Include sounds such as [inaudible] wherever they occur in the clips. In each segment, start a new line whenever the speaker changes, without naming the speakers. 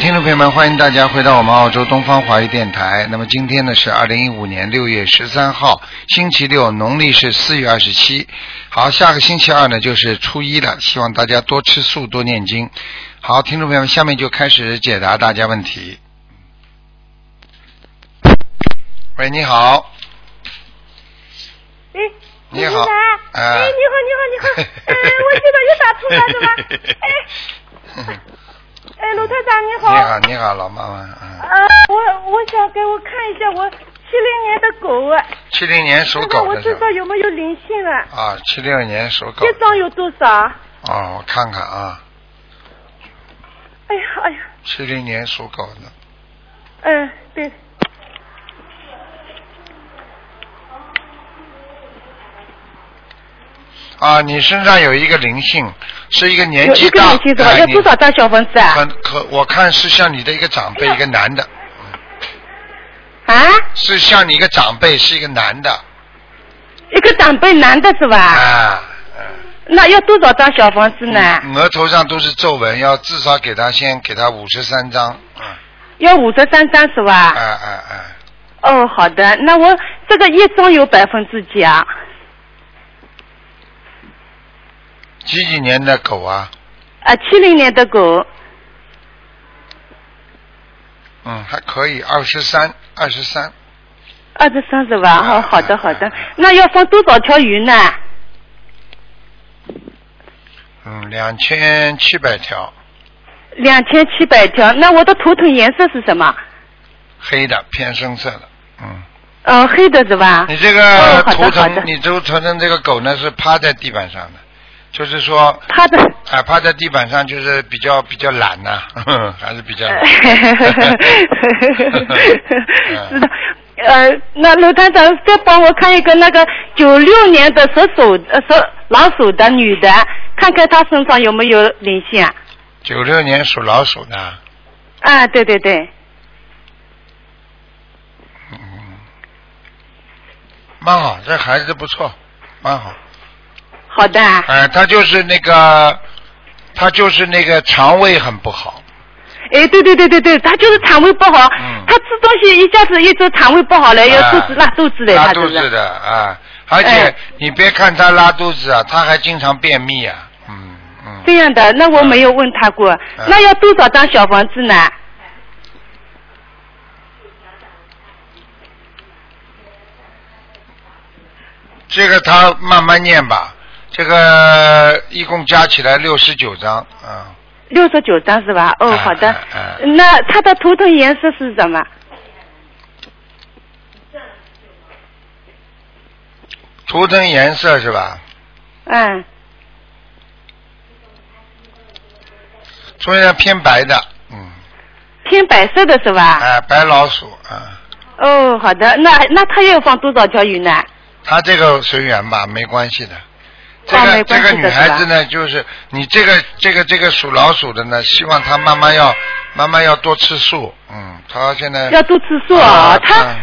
听众朋友们，欢迎大家回到我们澳洲东方华语电台。那么今天呢是二零一五年六月十三号，星期六，农历是四月二十七。好，下个星期二呢就是初一了，希望大家多吃素，多念经。好，听众朋友们，下面就开始解答大家问题。喂，你好，
哎，
你好
卢台
啊
哎，你好，你好，你好，哎，我知道又打通了，是吧？
[laughs]
哎，哎，卢台长你
你
好，
好，你好，老妈妈，嗯，
啊，我我想给我看一下我七零年的狗啊，
七零年属
看看
狗
我
的是
身
吧
上有没有灵性啊？
啊，七六年属狗
业，障有多少？
哦，我看看啊，
哎呀，哎呀，
七零年属狗的，
嗯，对，
啊，你身上有一个灵性，是一个年
有
纪
一个
大，
灵性是吧？
哎
要
你哎
多少张小房子啊？
很可，我看是像你的一个长辈，
哎呀
一个男的，
啊，
是像你一个长辈，是一个男的，
一个长辈男的是吧？
啊，嗯
那要多少张小房子呢？
额头上都是皱纹，要至少给他先给他五十三张，嗯，
要五十三张是吧？
哎哎哎，
哦，好的，那我这个业障有百分之几啊？
几几年的狗啊？
啊，七零年的狗，
嗯，还可以，二十三，二十三，
二十三是吧？
啊
哦，好的好
啊
的
啊，
那要放多少条鱼呢？
嗯，两千七百条，
两千七百条。那我的图腾颜色是什么？
黑的偏深色的，嗯。
呃，黑的是吧？
你这个
哦好的
图
好的
腾，你这个图腾这个狗呢是趴在地板上的，就是说啊、
它的。
趴在地板上就是比较比较懒呐、 [laughs] 呵呵还是比
[laughs]
较懒。
是的，呃，那卢团长再帮我看一个那个九六年的属鼠呃属老鼠的女的，看看她身上有没有灵性啊？
九六年属老鼠的，
啊，对对对，
嗯蛮好，这孩子不错，蛮好。
好的啊。
哎、他就是那个，他就是那个肠胃很不好，
哎，对对对对对，他就是肠胃不好，
嗯
他吃东西一下子一直肠胃不好了，要肚子
哎
拉肚子的，
拉
他
肚
就
子
是。
的啊、而且
哎
你别看他拉肚子啊，他还经常便秘啊，嗯嗯。
这样的，那我没有问他过，那要多少张小房子呢？
这个他慢慢念吧，这个一共加起来六十九章，啊、
六十九张是吧？哦，
哎
好的
哎。哎
那他的图腾颜色是什么？
图腾颜色是吧？
嗯，
图腾偏白的，嗯，
偏白色的是吧？
哎，白老鼠，啊，
哦，好的。那那他要放多少条鱼呢？
他这个随缘吧，没关系的。这
哦
个、
没
这
关系的
个女孩子呢，就是你这个这个这个属老鼠的呢，希望她慢慢要慢慢要多吃素，嗯，她现在
要多吃素
啊哦
啊，他。
嗯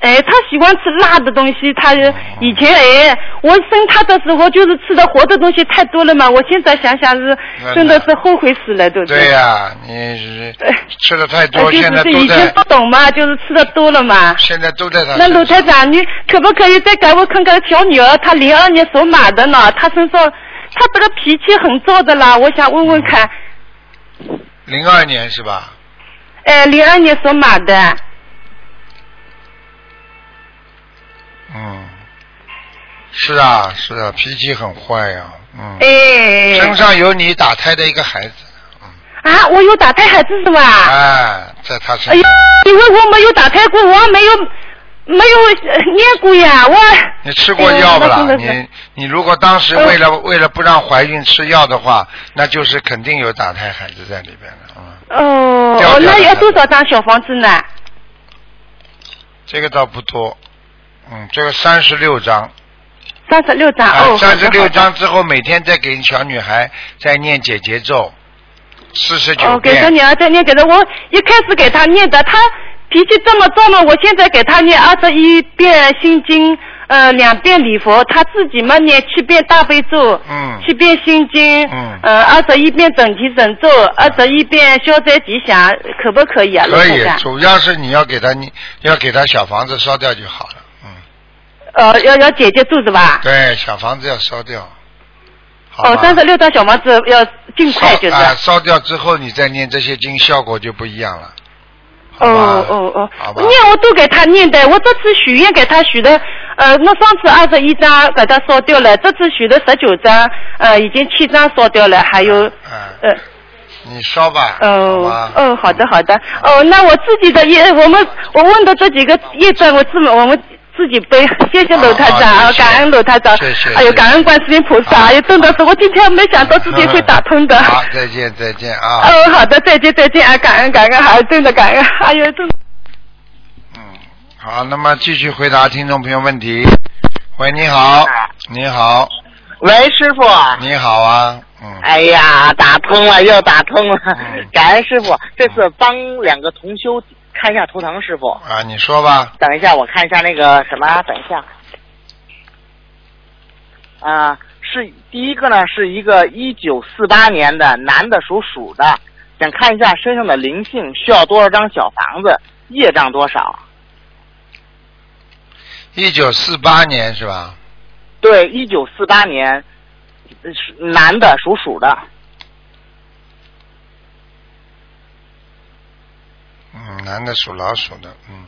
哎，他喜欢吃辣的东西。他以前哎，我生他的时候就是吃的活的东西太多了嘛。我现在想想是
那
真的是后悔死 [laughs] 了，对不
嗯对呀、你是
哎
吃的太
哎
多，
就
现在
是这
都
以前
在
不懂嘛，就是吃的多了嘛。
现在都在她
那
身
鲁
上
台长，你可不可以再给我看看小女儿？她零二年属马的呢，她身上她这个脾气很燥的啦，我想问问看。
零二年是吧？
哎，零二年属马的，
嗯，是啊，是啊，脾气很坏呀、嗯，
哎，
身上有你打胎的一个孩子，
啊，我有打胎孩子是吧？
哎，在他身
啊哎呦
上，，
因为我没有打开过，我没有没有呃念过呀，我
你吃过药不
哎
啦？
呦那真的是嗯
你你如果当时为了、为了不让怀孕吃药的话，那就是肯定有打胎孩子在里边了，嗯，
哦
掉，掉
那
了
要多少张小房子呢？
这个倒不多，嗯，这个三十六张，
三十六张哦，
啊三十六
好的好
张之后，每天再给小女孩再念姐姐咒，四十
的
九
哦，给
遍
小，女儿再念给她，我一开始给她念的，她脾气这么重了，我现在给她念二十一遍心经，呃两遍礼佛，他自己嘛念七遍大悲咒，
嗯
七遍心经，
嗯
呃二十一遍整体神咒，二十一遍消灾吉祥，可不可以啊？
可
卢
以
台长，
主要是你要给他，你要给他小房子烧掉就好了。嗯，
呃，要要姐姐住是吧？
对，小房子要烧掉。好
哦，
吧
三十六张小房子要尽
烧
快就是。
啊，烧掉之后你再念这些经，效果就不一样了。好
哦
吧
哦哦
好，吧
念。我都给他念的，我这次许愿给他许的，呃，那上次二十一张给他烧掉了，这次许的十九张，呃，已经七张烧掉了，还有，
嗯，
呃，
你烧吧。好
哦
吧，
哦，好的好的，哦，那我自己的业，我们我问的这几个业障，我自我们自己背，谢谢
好
罗台
好
长，啊
谢谢
感恩罗台长
谢谢，
哎呦，
谢谢
感恩观世音菩萨，
好嗯
哎呦，真的是，我今天没想到自己会打通的。
好，再见，再见啊。
哦，好的，再见再见啊，感恩感恩，还真的感恩，哎呦，真的。
嗯，好，那么继续回答听众朋友问题。喂，你好，你好，
喂，师傅。
你好啊，嗯，
哎呀，打通了，又打通了
哎嗯，
感恩师傅。这次帮两个同修看一下图腾，师傅。
啊，你说吧，
等一下，我看一下那个什么，等一下。啊、是第一个呢，是一个一九四八年的男的，属鼠的，想看一下身上的灵性需要多少张小房子，业障多少？
一九四八年是吧？
对，一九四八年，呃是男的，属鼠的。
嗯，男的属老鼠的，嗯，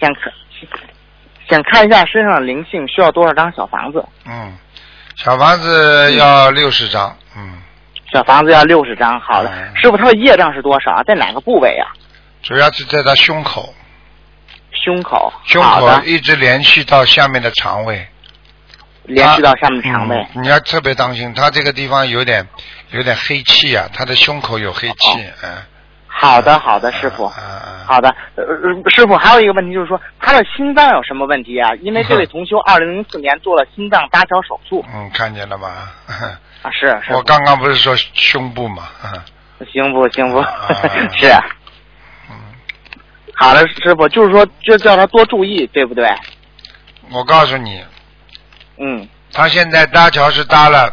想看想看一下身上的灵性需要多少张小房子？
嗯，小房子要六十张，嗯，
小房子要六十张。好的，
嗯
师傅，他的业障是多少啊？在哪个部位啊？
主要是在他胸口，
胸口。
胸
好
口
的，
一直连续到下面的肠胃，
连续到下面的肠胃。
嗯你要特别当心，他这个地方有点有点黑气啊，他的胸口有黑
哦
气，嗯，
好的，好的，师傅。
嗯嗯，嗯
好的，呃，呃师傅还有一个问题就是说，他的心脏有什么问题啊？因为这位同修二零零四年做了心脏搭桥手术
嗯，看见了 [laughs] 吧？
啊，是是，
我刚刚不是说胸部嘛？嗯
行不行不
啊，
[laughs] 是。
嗯
好的，师傅，就是说，就叫他多注意，对不对？
我告诉你，
嗯，
他现在搭桥是搭了，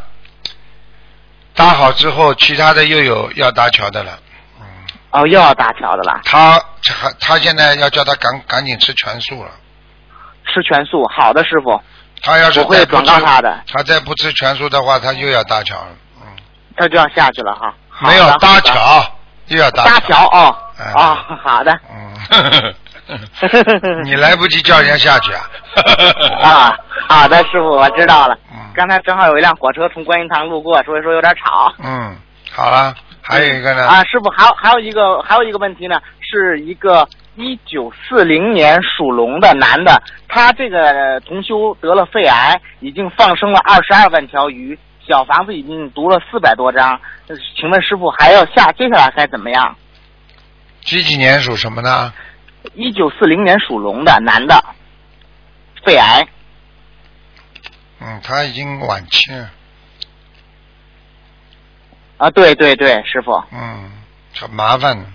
搭好之后，其他的又有要搭桥的了。
哦，又要搭桥的了。
他他他现在要叫他赶赶紧吃全素了。
吃全素，好的，师傅，
他要是
我会
再不
转告
吃
他的
他再不吃全素的话，他又要搭桥了。嗯，
他就要下去了哈。好的
没有搭，
好
桥，又要
的
搭
搭
桥。
桥哦，
哎
哦，好的，
嗯， [laughs] 你来不及叫人家下去啊。
[laughs] 啊，好的，师傅，我知道了。
嗯
刚才正好有一辆火车从观音堂路过，所以说有点吵。
嗯，好了，嗯还有一个呢。
啊，师傅，还有还有一个还有一个问题呢，是一个一九四零年属龙的男的，他这个同修得了肺癌，已经放生了二十二万条鱼，小房子已经读了四百多张，呃请问师傅还要下接下来该怎么样？
几几年属什么呢？
一九四零年属龙的男的，肺癌
嗯，他已经晚期了。
啊，对对对，师傅，
嗯，很麻烦的。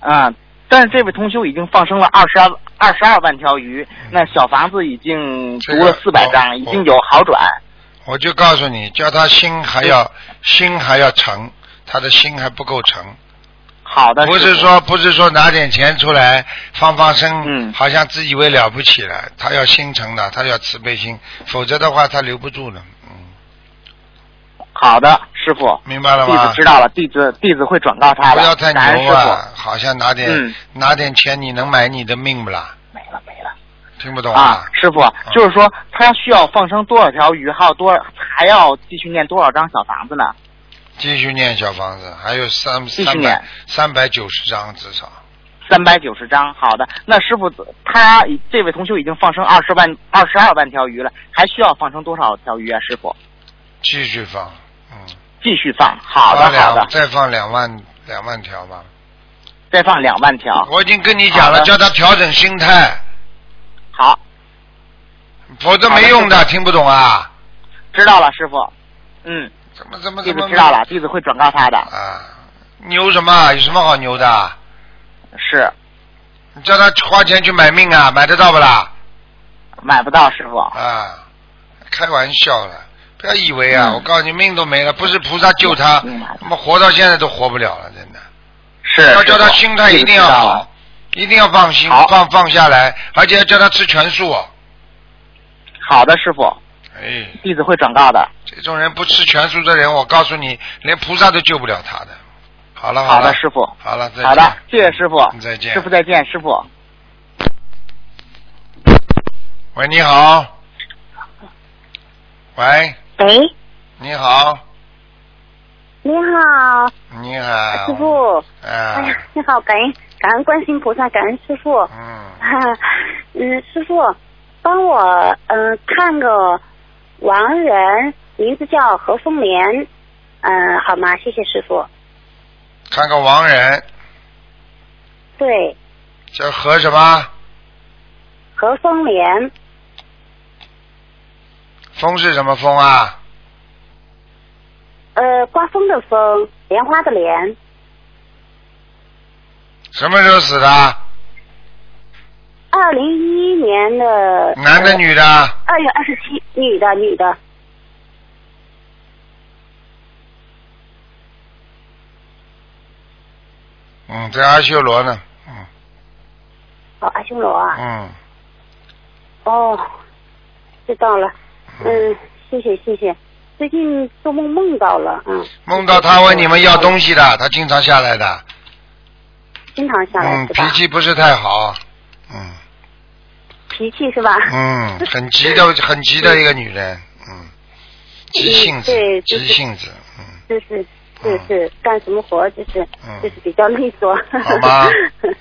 啊，但是这位同修已经放生了二十二二十二万条鱼，那小房子已经
嗯这
读
个哦
了四百
我
张，已经有好转。
我就告诉你，叫他心还要心还要诚，他的心还不够诚。
好的，
不
师
是
傅
说不是说拿点钱出来放放生，
嗯
好像自以为了不起了，他要心诚的，他要慈悲心，否则的话他留不住了。嗯，
好的，师傅，
明白了
弟
吗
子？知道了，弟子弟子会转告他
不
的。
要太
感恩
牛
师
啊
傅，！
好像拿点、
嗯
拿点钱，你能买你的命不啦？
没了没了
听不懂
啊，师傅，就是说他需要放生多少条鱼，还有多少还要继续念多少张小房子呢？
继续念小房子，还有三
继续
三百
念
三百九十张至少。
三百九十张，好的。那师傅，他这位同修已经放生二十万、二十二万条鱼了，还需要放生多少条鱼啊？师傅，
继续放，嗯，
继续放，好的
放
好
两
的，
再放两万两万条吧。
再放两万条，
我已经跟你讲
好
了，
的
叫他调整心态，
好，
否则没用的，听不懂啊？
知道了，师傅，嗯，
怎么怎么
弟
怎
子
么
知道了，弟子会转告他的，
啊？牛什么？有什么好牛的？
是
你叫他花钱去买命啊，买得到不啦？
买不到，师傅。
啊，开玩笑了，不要以为啊，
嗯
我告诉你，命都没了，不是菩萨救他，
明白了
他妈活到现在都活不了了，真的。
是。
要叫他
师傅
心态一定要。
这个知道了
好，一定要放心，
好
放放下来，而且要叫他吃全素。
好的，师傅，
哎，
弟子会转告的。
这种人不吃全素的人，我告诉你，连菩萨都救不了他的。好了
好
了
的，，师傅。
好了，再见。
好的，谢谢师傅。
再见
师傅再见，师傅。
喂，你好。喂，
喂，
你好，
你好，
你好。
师。傅。哎
啊
呀，，你好，感恩感恩观世音菩萨，感恩师傅。
嗯，
[laughs] 嗯，师傅，帮我嗯、呃看个亡人，名字叫何凤莲，嗯、好吗？谢谢师傅。
看个亡人
对，
叫何什么？
何凤莲，
风是什么风啊？
呃，刮风的风，莲花的莲，
什么时候死的？
二零一一年的。
男的？女的？
二月二十七，女的，女的，
嗯，在阿修罗呢。嗯
哦，阿修罗啊，
嗯
哦，知道了。嗯，谢谢谢谢。最近做梦梦到了，嗯，
梦到他问你们要东西的，他经常下来的。
经常下来
嗯，
啊是
脾
吧？
气不是太好。
[laughs]
嗯
脾气是吧？ [laughs]
嗯，很急的，很急的一个女人。嗯，急性子
嗯对，就
急
是
性子。嗯，
就是就是干什么活就是
嗯
就是比较利索。
好吗？嗯，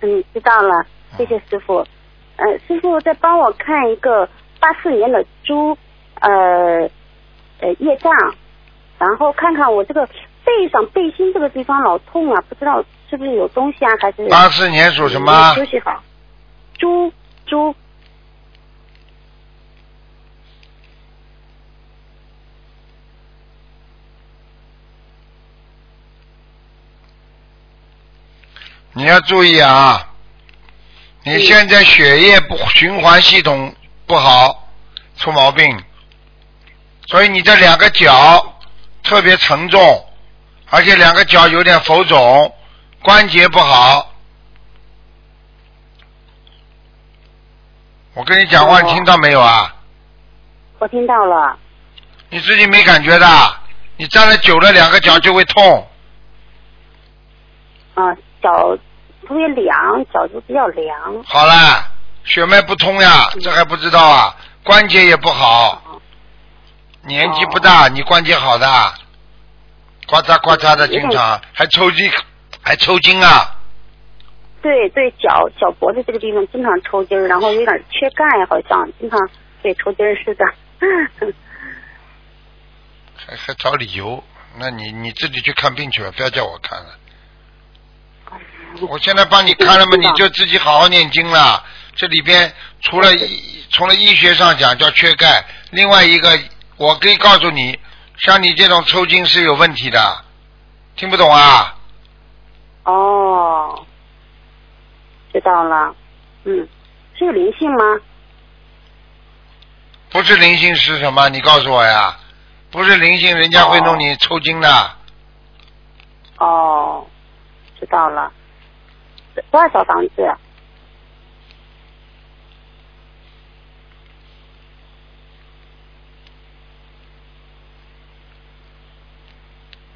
嗯，知道了，
啊
谢谢师傅。呃，师傅再帮我看一个八四年的猪，呃呃业障，然后看看我这个背上背心这个地方老痛啊，不知道是不是有东西啊，还是
八四年属什么
没？休息好。猪猪
你要注意啊！你
嗯
现在血液不循环系统不好，出毛病，所以你这两个脚特别沉重，而且两个脚有点浮肿，关节不好。我跟你讲话，
哦
你听到没有啊？
我听到了，
你自己没感觉的，你站了久了，两个脚就会痛。
啊、脚特别凉，脚就比较凉。
好了，血脉不通呀，这还不知道啊，关节也不好。年纪不大，你关节好的，呱嚓呱嚓的，经常还抽筋，还抽筋啊。
对对，脚脚脖子这个地方经常抽筋儿，然后有点缺钙，好像经常对抽筋儿似的。
还还找理由？那你你自己去看病去吧，不要叫我看了。我现在帮你看了嘛，
知
你
道
就自己好好念经了。这里边除了医除了医学上讲叫缺钙，另外一个我可以告诉你，像你这种抽筋是有问题的，听不懂啊？
哦，知道了。嗯，是有灵性吗？
不是灵性是什么？你告诉我呀？不是灵性，人家会弄你抽筋的。
哦，知道了。多少小房子？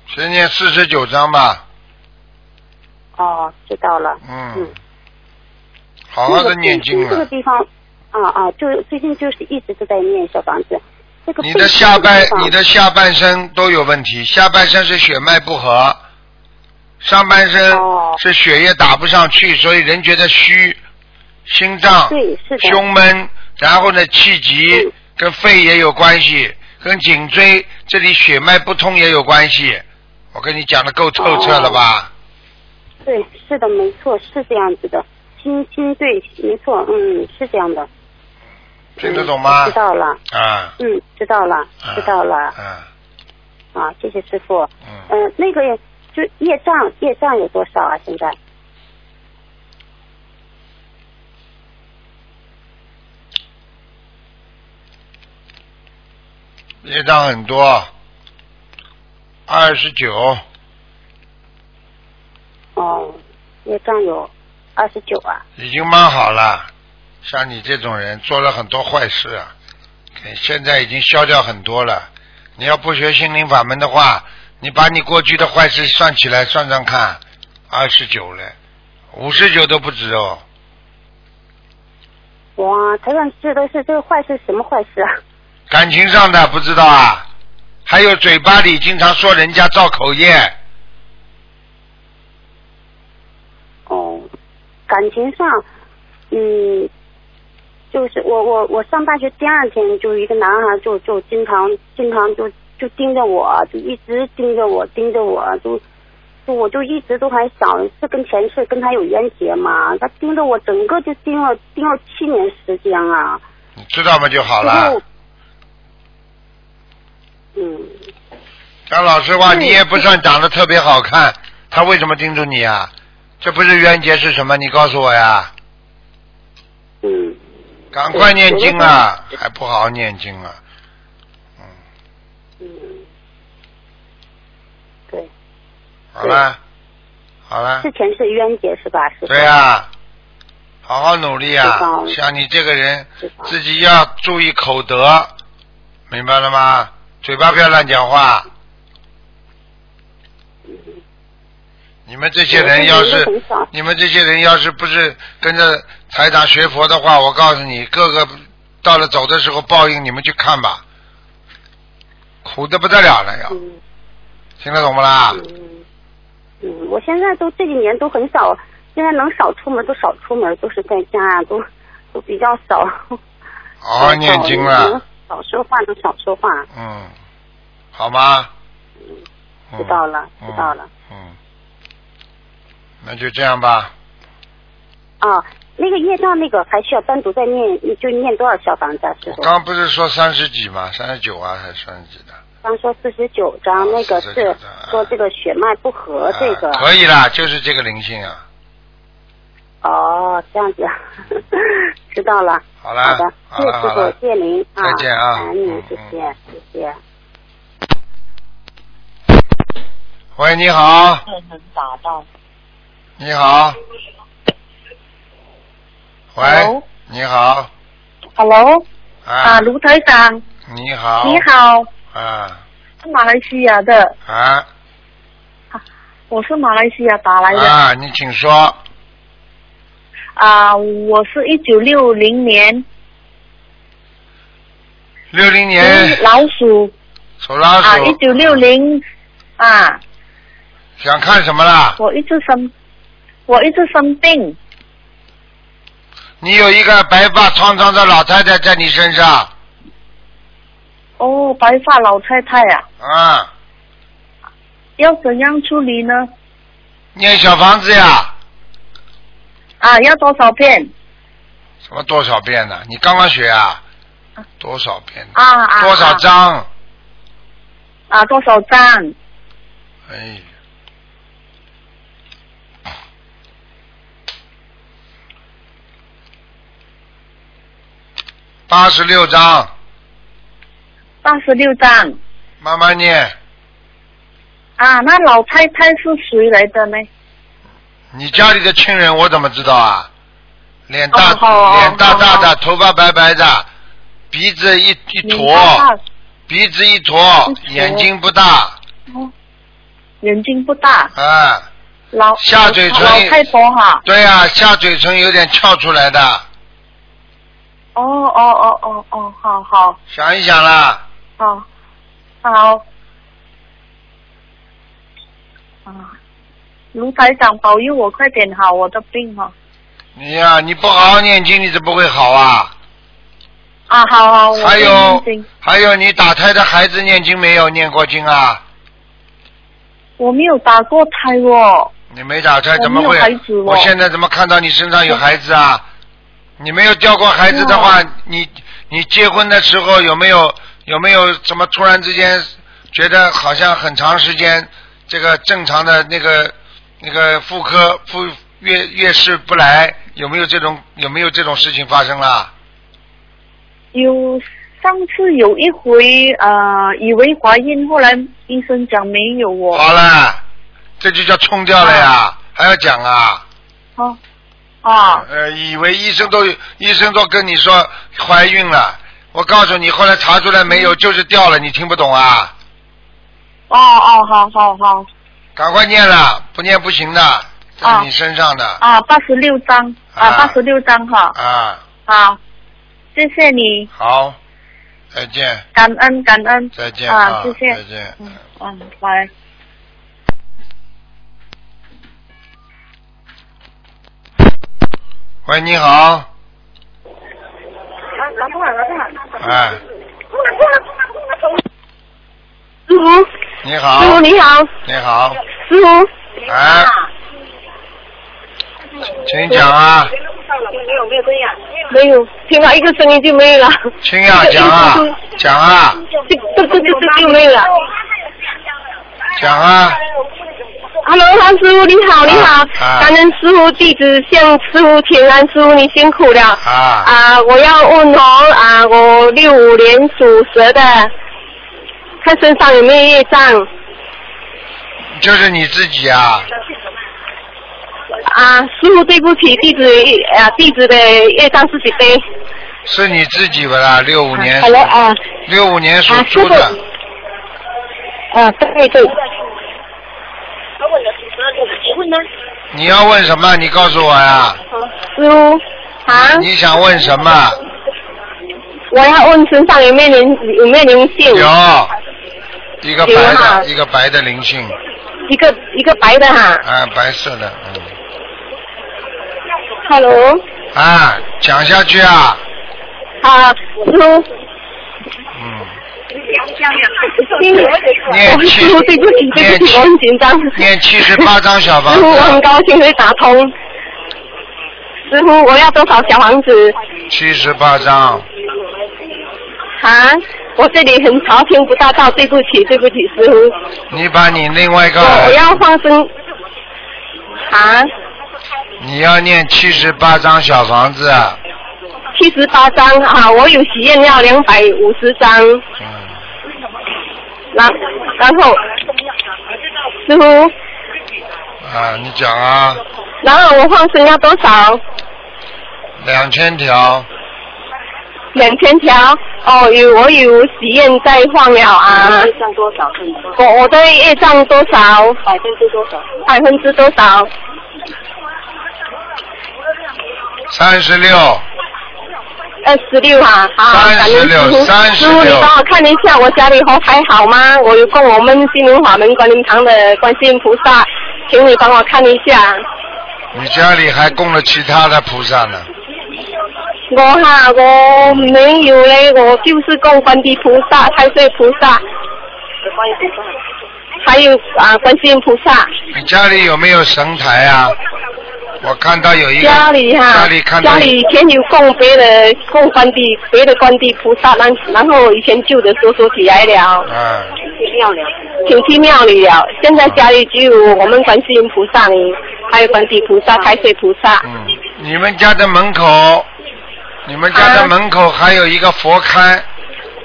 先念四十九章吧，
哦，知道了。
嗯
嗯，
好好
那
的
个
念
北
经
京这个
了。
地方，啊啊，就最近就是一直都在念小房子。这个
你
背
的
心
下
这个
半
地方，
你的下半身都有问题，下半身是血脉不和，上半身
哦
是血液打不上去，所以人觉得虚，心脏、
对是的，
胸闷，然后呢气急
嗯
跟肺也有关系，跟颈椎这里血脉不通也有关系。我跟你讲的够透彻了吧？
对，是的，没错，是这样子的。心心对，没错，嗯，是这样的。
听得
嗯
懂吗
知？道了，
啊，
嗯，知道了，
啊
知道了。
啊，
啊，谢谢师傅。
嗯，
嗯、那个就业障，业障有多少啊？现在
业障很多，二十九，
哦，业障有二十九啊。
已经蛮好了。像你这种人做了很多坏事啊，可现在已经消掉很多了。你要不学心灵法门的话，你把你过去的坏事算起来算算看，二十九了，五十九都不止哦。
哇，台长治的是这个坏事，什么坏事啊？
感情上的不知道啊，还有嘴巴里经常说人家造口业，
哦，感情上，嗯，就是我我我上大学第二天，就一个男孩就就经常经常就就盯着我，就一直盯着我盯着我，就就我就一直都还想是跟前世跟他有冤结嘛，他盯着我整个就盯了盯了七年时间啊，
你知道吗就好
然后
了。，
嗯，
讲老实话，
对
你也不算长得特别好看，他为什么盯住你啊？这不是冤结是什么？你告诉我呀！
嗯，
赶快念经啊，还不好好念经啊！
嗯，对，
好啦，好啦
是，前世冤结是吧？是吧
啊对呀，好好努力啊
知道！了
像你这个人，
是吧
自己要注意口德，明白了吗？嘴巴不要乱讲话。你们这些人要
我
是
这个人很少
你们这些人要是不是跟着台长学佛的话，我告诉你，各个到了走的时候报应，你们去看吧，苦的不得了了要，
嗯。
听得懂不啦？
嗯，嗯，我现在都这几年都很少，现在能少出门都少出门，都是在家啊都都比较少。
好好念经了，，
少说话就少说话，
嗯，好吗？嗯
知道了，知道了。。
嗯嗯，那就这样吧。
啊，那个业障那个还需要单独再念，就念多少小房子啊？师
我
傅，
刚刚不是说三十几吗？三十九啊，还是三十几的？
刚说四十九章，那个
49
是
章啊
说这个血脉不和
啊
这个。
可以啦，就是这个灵性啊。
哦，这样子， [laughs] 知道了。
好
好
啦
的，，
好
谢谢
啦，
师
啊好
傅
啦，。
谢谢您啊，
再见啊
感恩您
嗯，
谢谢，谢谢。
喂，你好，
这能嗯打到。
你好。喂
Hello？，
你好， [laughs]
Hello，啊，
啊，
卢台长，
你好，
你，好，
啊
是马来西亚的，
啊
我是马来西亚打来
哎
的
啊，你请说，
啊，我是一九六零年
六零
属
年
老鼠
属老
啊，一
鼠，
九六零啊，
想看什么啦？
我一直生，我一直生病
你有一个白发苍苍的老太太在你身上，
哦，白发老太太啊，
啊，
要怎样处理呢？
念小房子呀，
啊，要多少片？
什么多少遍呢、你刚刚学啊
啊？
多少遍？
啊啊
多少
啊
章？
啊，多少张？
哎，八十六章，
八十六张
慢慢念。
啊，那老太太是谁来的呢？
你家里的亲人我怎么知道啊？脸大、
哦好好
脸大大
好
的，
好
头发白白的，鼻子一一
你
坨，
爸爸
鼻子一坨，
一坨
眼睛不大，
哦，眼睛不大，
啊，
老
下嘴唇
老太婆哈、
对啊，下嘴唇有点翘出来的，
哦哦哦哦哦，好好
想一想啦。
好好。啊，卢台长保佑我快点好我的病哈、
你呀、你不好好念经，你怎么会好啊？
啊，好好，我
还有
念经，
还有，你打胎的孩子念经没有？念过经啊？
我没有打过胎哦，
你没打胎
我
怎么
没
会
有孩子？
我
哦
现在怎么看到你身上有孩子啊？你没有掉过孩子的话
没有，
你你结婚的时候有没有有没有怎么突然之间觉得好像很长时间这个正常的那个那个妇科妇月月事不来？有没有这种有没有这种事情发生啦？
有
上次有一回呃，以为怀孕，后来医生讲没有哦。
好了，这就叫冲掉了呀，还要讲啊？
哦，啊，
呃，以为医生都医生都跟你说怀孕了，我告诉你，后来查出来没
嗯
有，就是掉了，你听不懂啊？
哦哦，好好好，
赶快念了，不念不行的，这是
啊
你身上的
啊，八十六张，啊，
啊
八十六张哈，
啊。
好，谢谢你，
好，再见，
感恩感恩，
再见
啊，谢谢，
再见。
嗯嗯，拜。
喂，你好，
老公，老公，
哎，
师傅，
你好
师，傅你好，
你好，
师傅。
哎，请讲啊，
没有，听到一个声音就没有了，
请呀，讲啊，讲啊，
这这这这这就没有了。
讲啊，
Hello，唐师傅你好，你好，
啊
感恩师傅弟子向师傅请安，师傅你辛苦了。
啊，
啊，我要问哦，啊，我六五年属蛇的，看身上有没有业障
就是你自己啊，
啊？师傅对不起，弟子啊，弟子的业障自己背。
是你自己吧啦？六五年
好，了啊，
六五年属
啊
猪
师
的
傅，啊，对对，
你要问什么？你告诉我呀，
师傅啊，
你想问什么？
我要问身上有没有灵有没有灵性？
有一个白
有哈
的，一个白的灵性，
一个一个白的哈。
啊，白色的，嗯。
Hello，
啊，讲下去啊，
啊，师傅，
嗯，念
我
七
[laughs] 师傅对不起，对不
念七
起，我很紧张。
念七十八张小房
师嗯傅，我很
子，
高兴会打通。师傅，我要多少小房子？
七十八张，
啊，我这里很吵，听不大到，对不起，对不起，师傅。
你把你另外一个，
哦我我要放生。啊，
你要念七十八张小房子，啊
七十八张啊，我有许愿要两百五十张，
嗯，
然然后，师傅，
啊，你讲啊，
然后我放生要多少？
两千条，
两千条哦，有我有许愿在放了啊，
上多少？可以多少？
我我的业障多少？
百分之多少？
百分之多少？
三十六，
二十六啊，好，感恩师
36
傅。师傅，你
36
帮我看一下我家里佛牌好吗？我有供我们心灵法门观音堂的观世音菩萨，请你帮我看一下。
你家里还供了其他的菩萨呢，
我哈，我没有嘞，我就是供观地菩萨、太岁菩萨，还有啊观世音菩萨。
你家里有没有神台啊？我看到有一个，
家里哈、
啊家里看到
家里以前有供别的供观地别的观地菩萨，然然后以前旧的收收起来了，
哎
嗯，
漂亮。
挺去庙里了。现在家里只有我们观世音菩萨，还有观地菩萨、太岁菩萨。
嗯，你们家的门口，你们家的
啊
门口还有一个佛龛，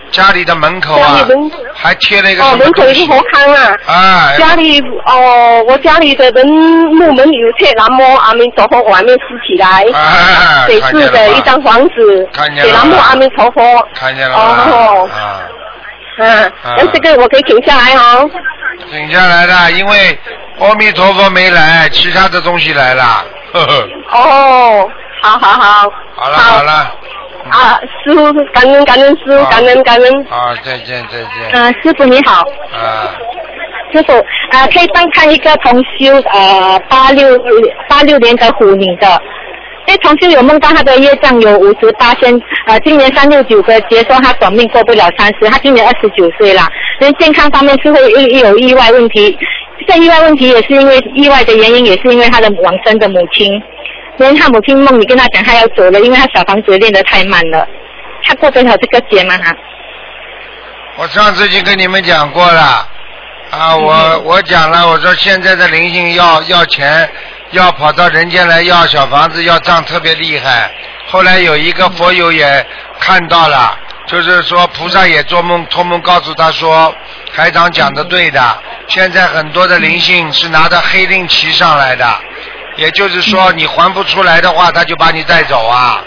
家里的门口啊
家里门，
还贴嗯了一个
哦
什，么
门口有
东
个
西
佛龛啊。
啊，
家里哦，我家里的人木门有贴南无阿弥陀佛外面竖起来，
啊，
水
看
质
见了
的
吧
一张房子，
看见
写
了吧
南无阿弥陀佛。
看见了
哦
吧？啊，
嗯，那
啊
这个我可以停下来哦。
请下来的，因为阿弥陀佛没来，其他的东西来了。 [laughs] 呵呵，
哦，好好好。
好了好了，
啊，师傅，感恩感恩师傅
好，
感恩感恩。
啊，再见再见，
呃，师傅你好，
啊，
师傅，呃，可以帮看一个同修，呃，八六八六年的虎女的，那同修有梦到他的业障有五十八千，呃，今年三六九个节说他短命过不了三十，他今年二十九岁了，那健康方面是会有有意外问题，这个意外问题也是因为意外的原因，也是因为他的往生的母亲，连他母亲梦里跟他讲他要走了，因为他小房子练得太慢了，他过得了这个节吗？哈？
我上次已经跟你们讲过了，啊，我我讲了，我说现在的灵性要要钱，要跑到人间来要小房子要账特别厉害。后来有一个佛友也看到了，就是说菩萨也做梦，托梦告诉他说，台长讲的对的，现在很多的灵性是拿着黑令旗上来的，也就是说你还不出来的话，他就把你带走啊，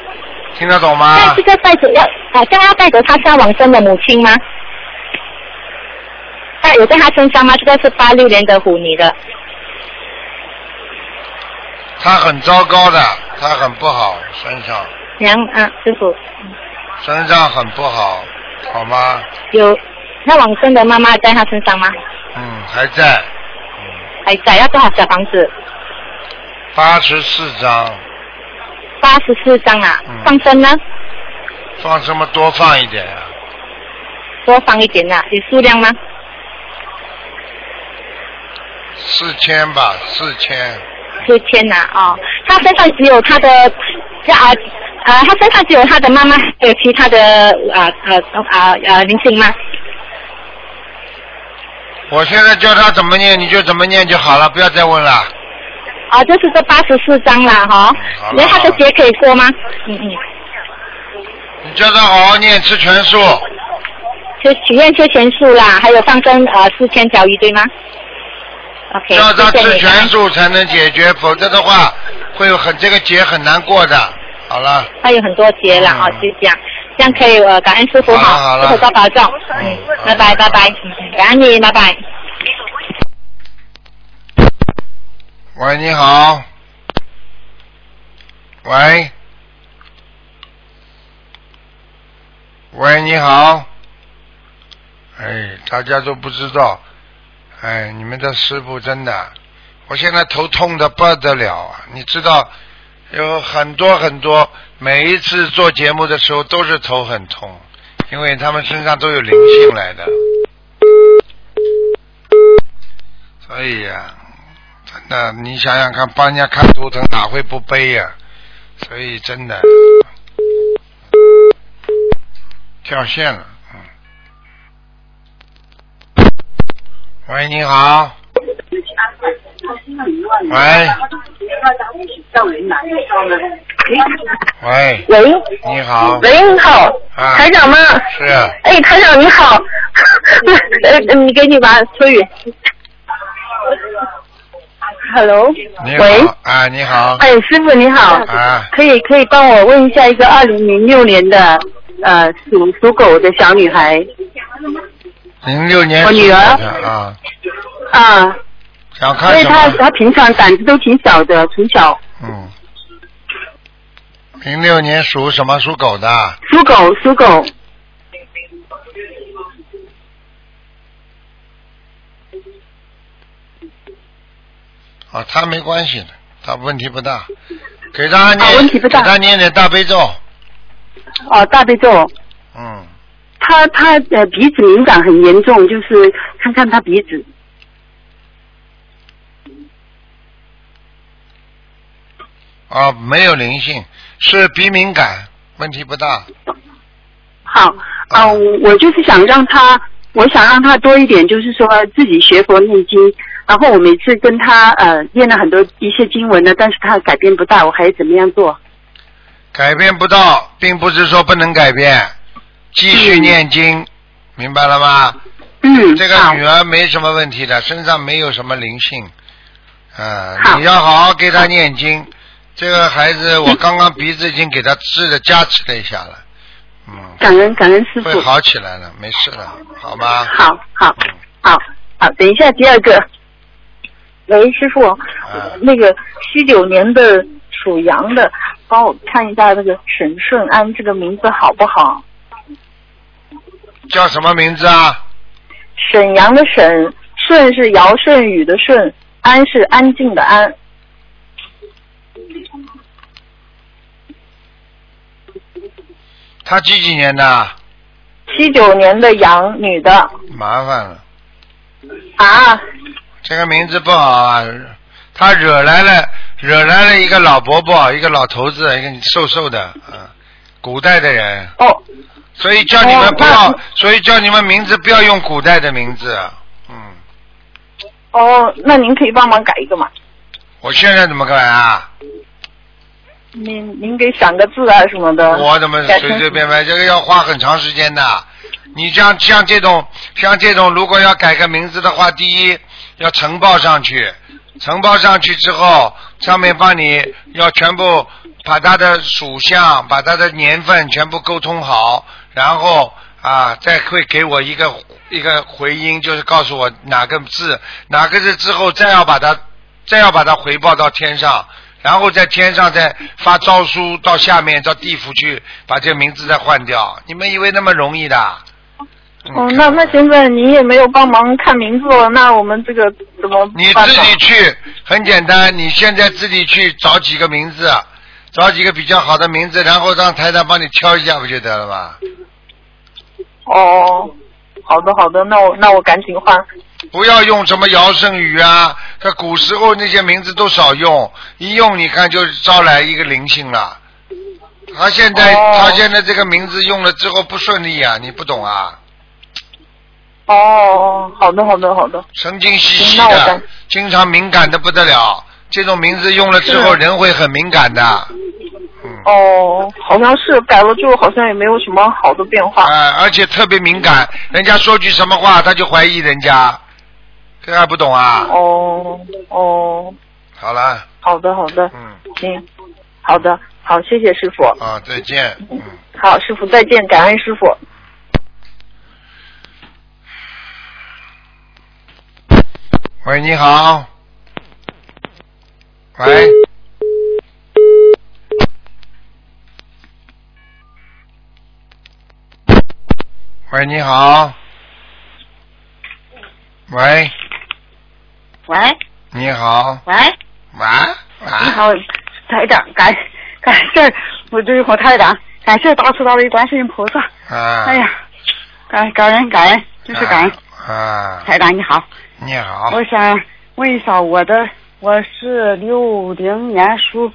听得懂吗？
那这个带走要啊，这样要带走他是要往生的母亲吗？他有在他身上吗？这个是八六年的虎，你的。
他很糟糕的，他很不好，身上
娘啊，师傅
身上很不好，好吗？
有那往生的妈妈在他身上吗？
嗯，还在
还在要多少小房子？
八十四张，
八十四张啊
嗯，
放生呢？
放什么多放一点啊？
多放一点啊，有数量吗？
四千吧，四千。
四千呐、啊，哦，他身上只有他的啊啊，他身上只有他的妈妈，还有其他的啊啊啊啊灵性吗？
我现在叫他怎么念，你就怎么念就好了，不要再问了。
啊，就是这八十四张啦，哈、
好了
那他的劫可以过吗？嗯嗯，
你叫他好好念，吃全素，
就许愿切钱数啦，还有放生啊四千条鱼，对吗？OK，
叫他
谢谢
吃
你
全素才能解决，否则的话会有很这个结很难过的。好了，
他有很多节啦，啊，
嗯
就这样，这样可以，呃，感恩师傅
好
哈，
了好了
师傅多保重，
嗯
嗯，拜拜拜拜，嗯感恩你，拜拜。
喂，你好，喂，喂，你好，哎，大家都不知道，哎，你们的师傅真的，我现在头痛的不得了啊！你知道，有很多很多，每一次做节目的时候都是头很痛，因为他们身上都有灵性来的，所以呀、真的，你想想看，帮人家看图腾哪会不悲呀、所以真的掉线了。嗯。喂，你好。喂。喂，
喂
你好。
喂，你好，
啊，
台长吗？
是啊
哎，台长你 [laughs] 好，呃，呃你给你吧，秋雨。Hello，
你
喂
好，啊，你好，
哎，师傅你好，
啊，
可以可以帮我问一下一个二零零六年的呃属属狗的小女孩
零六年
我女儿
属狗的啊，
啊，
想
因
看
为
什
她
么？
她平常胆子都挺小的，从小
嗯，零六年属什么？属狗的啊。
属狗属狗，
啊，他没关系的，他问题不大，给他念，
啊问题不大
给他念点大悲咒，
哦大悲咒，
嗯，
她她呃鼻子敏感很严重，就是看看她鼻子
啊，没有灵性，是鼻敏感，问题不大，
好啊，
啊
我我就是想让她，我想让她多一点，就是说自己学佛念经。然后我每次跟她呃念了很多一些经文呢，但是她改变不大，我还怎么样做？
改变不到，并不是说不能改变，继续念经，明白了吗？
嗯，
这个
好
女儿没什么问题的，身上没有什么灵性，啊、
好嗯
你要好好给她念经。这个孩子，我刚刚鼻子已经给她治了加持了一下了，嗯，
感恩感恩师傅
会，好起来了，没事了，好吗？
好好
嗯
好好，等一下第二个，喂，师傅，
啊
那个七九年的属羊的，帮我看一下那个沈顺安这个名字好不好？
叫什么名字啊？
沈阳的沈，顺是尧舜禹的舜，安是安静的安。
他几几年的？
七九年的羊，女的
麻烦了，
啊，
这个名字不好啊。他惹来了，惹来了一个老伯伯，一个老头子，一个瘦瘦的，啊，古代的人，
哦
所以叫你们不要，
哦
所以叫你们名字不要用古代的名字。嗯，
哦，那您可以帮忙改一个嘛？
我现在怎么改啊？
您您给想个字啊什么的。
我怎么
改
随
成
随便便？这个要花很长时间的。你像像这种像这种，如果要改个名字的话，第一要呈报上去，呈报上去之后，上面帮你要全部把它的属相、把它的年份全部沟通好，然后啊，再会给我一个一个回音，就是告诉我哪个字哪个字之后，再要把它再要把它回报到天上，然后在天上再发诏书到下面到地府去把这个名字再换掉。你们以为那么容易的？
哦，那那现在你也没有帮忙看名字
哦
了，那我们这个怎么
你
办
自
呢
己去，很简单，你现在自己去找几个名字，找几个比较好的名字，然后让台长帮你挑一下，不就得了吗？
哦，好的好的，那我那我赶紧换。
不要用什么姚胜宇啊，这古时候那些名字都少用，一用你看就招来一个灵性了。他现在、
哦
他现在这个名字用了之后不顺利啊，你不懂啊，
哦，好的好的好的，
神经兮兮
行那我
的
懂，
经常敏感的不得了。这种名字用了之后，
是
人会很敏感的。嗯。
哦，好像是改了之后好像也没有什么好的变化。
啊、而且特别敏感，人家说句什么话，他就怀疑人家，这还不懂啊？
哦哦，
好了，
好的好的，
嗯，
行，好的好，谢谢师傅。
啊，再见，嗯。
好，师傅再见，感恩师傅。
喂，你好。喂。喂，你好。喂，
喂
你好。
喂，
喂喂。
你好，台长，感感谢儿我对我台长，感谢大慈大悲观世音菩萨，
啊。
哎呀，感感恩感恩，就是感恩。
啊。啊
台长你好，
你好。
我想问一下我的，我是六零年属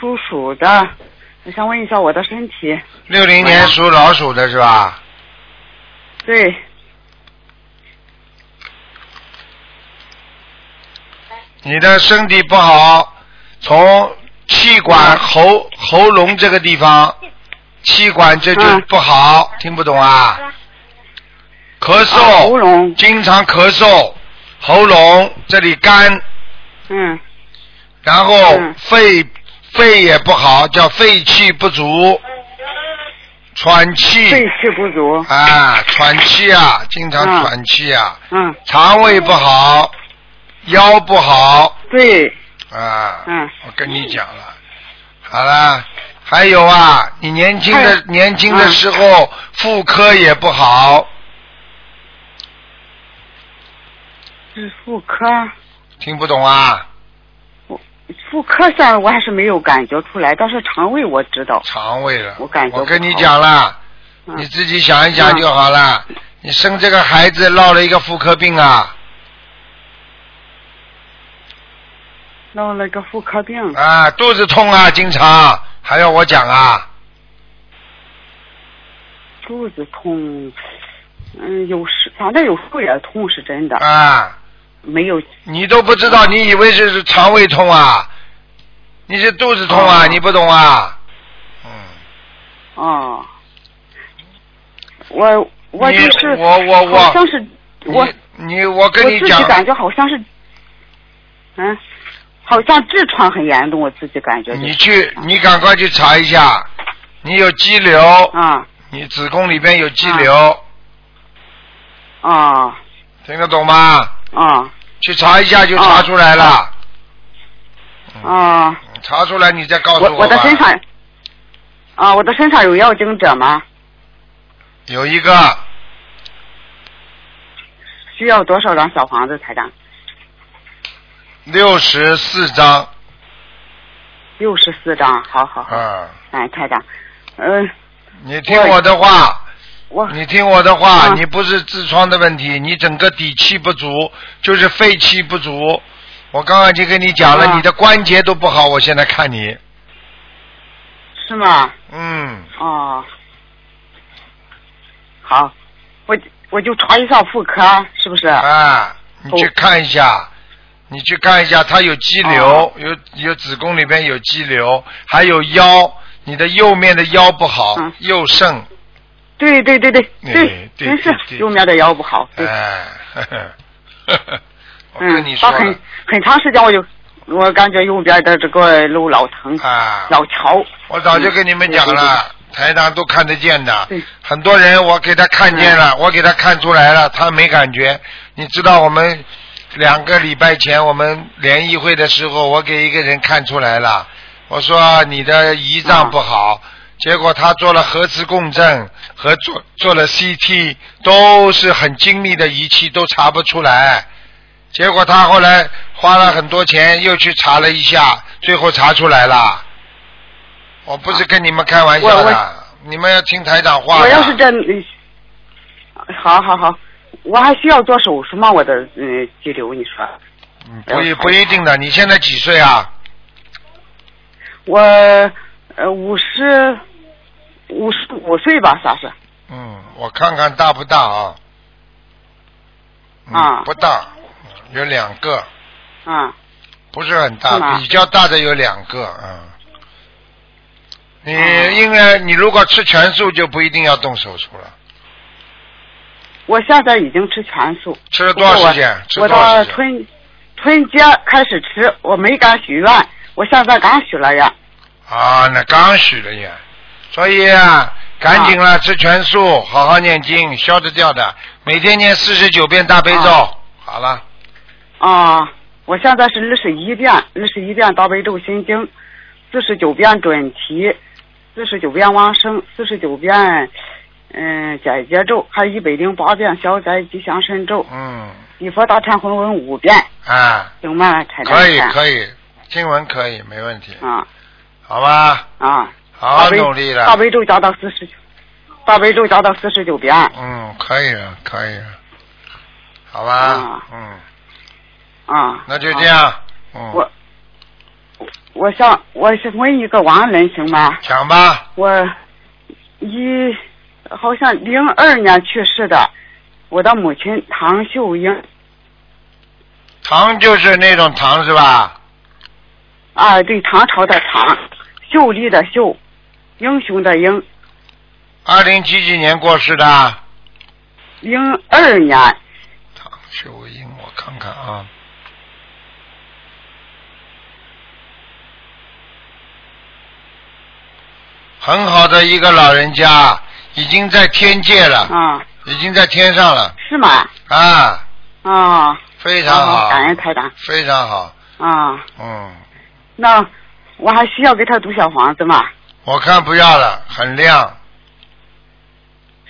属鼠的，我想问一下我的身体，
六零年属老鼠的是吧？
对，
你的身体不好，从气管喉喉咙这个地方，气管这就
嗯
不好，听不懂啊？咳嗽，
啊喉咙
经常咳嗽，喉咙这里干，
嗯
然后
嗯
肺、肺也不好，叫肺气不足，喘
肺
气
气不足，
啊，喘气啊，经常
嗯
喘气啊，
嗯
肠胃不好，腰不好。
对，
啊，
嗯
我跟你讲了，好啦，还有啊，你年轻
哎
的年轻的时候、
嗯
妇科也不好，
是妇科，
听不懂啊？
我妇科上我还是没有感觉出来，但是肠胃我知道，
肠胃了，
我感觉
我跟你
不好
讲了，
嗯
你自己想一想就好了。你生这个孩子落了一个妇科病啊
闹了个妇科病。
啊，肚子痛啊，经常还要我讲啊？
肚子痛，嗯，有时反正有时候也痛，是真的，
啊，
没有
你都不知道，你以为是是肠胃痛啊？你是肚子痛啊？
哦
你不懂啊？嗯。
哦。我我
你
就是
我我我
好像是我
你你我跟你
我自
讲
己，感觉好像是，嗯，好像痔疮很严重，我自己感觉就
你
是
去你赶快去查一下，你有肌瘤，
啊
你子宫里边有肌瘤，
啊
听得懂吗？
啊
去查一下就查出来了，
啊！
嗯查出来你再告诉
我我的
吧。
身上啊，我的身上有药精者吗？
有一个
需要多少张小房子才长？
六十四张，
六十四张，好好好，
嗯，
哎，台长，嗯、
你听我的话，
我
你听我的话，
啊
你不是痔疮的问题，你整个底气不足，就是肺气不足。我刚刚已经跟你讲了，
啊
你的关节都不好，我现在看你，
是吗？
嗯，
哦，好，我我就查一下妇科，是不是？
啊，你去看一下，你去看一下，他有肌瘤
哦，
有有子宫里边有肌瘤，还有腰，你的右面的腰不好
嗯，
右肾，
对对对对对，
哎对
真
对对
是右面的腰不好。对，
哎， [laughs] 呵呵呵呵我跟
嗯
你，说
他
了
很很长时间我就我感觉右边的这个路老疼，
啊，
老潮。嗯
我早就跟你们讲了，台长都看得见的
对。嗯
很多人我给他看见了，我给他看出来了，他没感觉。你知道我们两个礼拜前我们联谊会的时候，我给一个人看出来了，我说你的胰脏不好，
嗯
结果他做了核磁共振和做做了 CT，都是很精密的仪器，都查不出来。结果他后来花了很多钱，又去查了一下，最后查出来了。我不是跟你们开玩笑
我
的，你们要听台长话的。
我要是这，嗯好好好，我还需要做手术吗？我的嗯肌瘤，你说
嗯不一不一定的。你现在几岁啊？
我呃五十五十五岁吧，算是
嗯，我看看大不大啊？嗯
啊
不大，有两个，
啊
不是很
是
大，
吗
比较大的有两个，嗯。你
哦
因为你如果吃全素就不一定要动手术了，
我现在已经吃全素，
吃了多少时间？吃
我
多少
到
时间？
春春节开始吃，我没敢许愿，我现在敢许了呀。
啊，那刚许了呀，所以啊，赶紧了，吃全素，好好念经，消得掉的。每天念四十九遍大悲咒，
啊
好了，
啊，我现在是二十一遍，二十一遍大悲咒心经，四十九遍准提，四十九遍往生，四十九遍嗯解结咒，还有一百零八遍消灾吉祥神咒，
嗯，
礼佛大忏悔文五遍，
啊，
行吗？台长
可以
看
可以，经文可以，没问题，
啊
好吧，
啊，
好
大
好
悲
努力了
大，悲咒加到四十，大悲咒加到四十九遍。
嗯，可以了，可以了，好吧
啊，
嗯，
啊，
那就
好
这。样，嗯，
我我想我想问一个亡人行吗？
讲吧，
我一好像零二年去世的，我的母亲唐秀英
糖就是那种糖是吧？
啊，对，唐朝的唐，秀丽的秀，英雄的英，
二零几几年过世的，
零二年
唐秀英，我看看啊。很好的一个老人家，已经在天界了，
啊，
已经在天上了
是吗？
啊，
啊，
非常好，
感恩台长
非常好，
啊，
嗯，
那我还需要给他读小房子吗？
我看不要了，很亮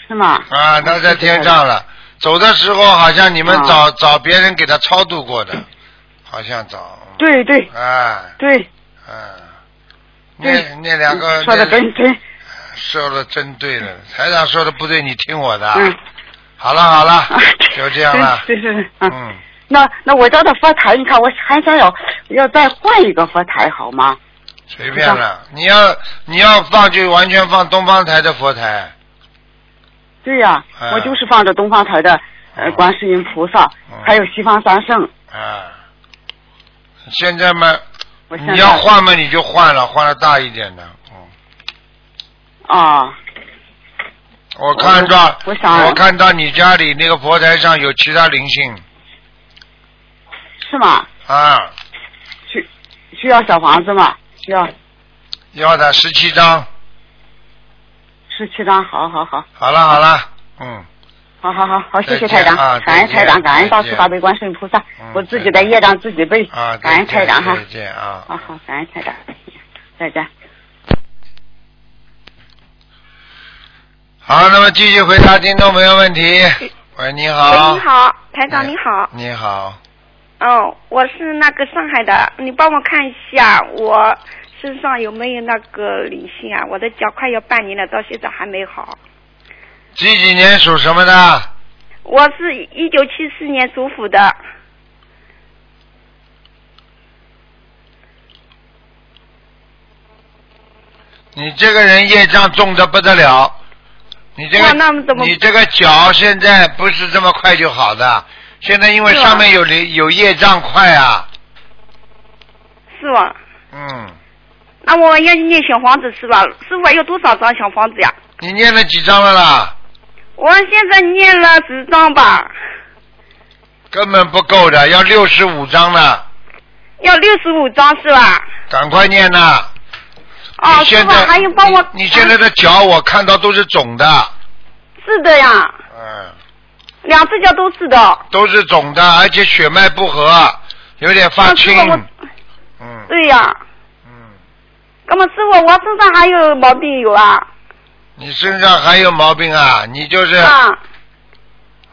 是吗？
啊，他在天上了，走的时候好像你们
啊
找、找别人给他超度过的，好像找，
对对
哎
对，
哎，那那两个
说的
那
真真，
说的真对了，台长说的不对，你听我的。
嗯，
好了
[laughs]
好了
啊，
就啊这样了。
真真是嗯。
嗯，
那那我家的佛台，你看我还想要要再换一个佛台好吗？
随便了。你要你要放就完全放东方台的佛台。
对呀、
哎
我就是放着东方台的呃
嗯
观世音菩萨，
嗯
还有西方三圣。
啊，现在嘛，
我现在
你要换嘛你就换了，换了大一点的。嗯，
啊，
我看到
我我想
看到你家里那个佛台上有其他灵性
是吗？
啊，
需需要小房子吗？需要
要的十七张。
十七张，好好好，
好了好了，嗯，
好好好好，谢谢台
再见
长，
啊
感
再
恩
见
台长，感
再
恩
见
大慈大悲观世音菩萨，
嗯
我自己的业障自己背，
啊，
感恩
再
台
见
长哈，
再见
好
啊。
好，感恩台长，再见。
好，那么继续回答听众朋友问题。喂，你好。
喂，你。好，台长你好。
你好，
哦，我是那个上海的，你帮我看一下我身上有没有那个灵性啊？我的脚快要半年了，到现在还没好。
几几年属什么的？
我是一九七四年属虎的，
你这个人业障重的不得了，你这个
哇那么怎么
你这个脚现在不是这么快就好的，现在因为上面有灵有业障块啊，
是吧？
嗯，
那我要念小房子是吧？师傅还有多少张小房子呀？
你念了几张了啦？
我现在念了十张吧，
根本不够的，要六十五张呢，
要六十五张是吧？
赶快念呐！
哦，
你
师
现
傅
在
还有帮我
你，你现在的脚我看到都是肿的，
是的呀，
嗯，
两只脚都是的。
都是肿的，而且血脉不和，有点发
那师
青
傅，我，
嗯
对呀、
嗯，
那么师傅，我身上还有毛病有啊？
你身上还有毛病啊？你就是、
啊，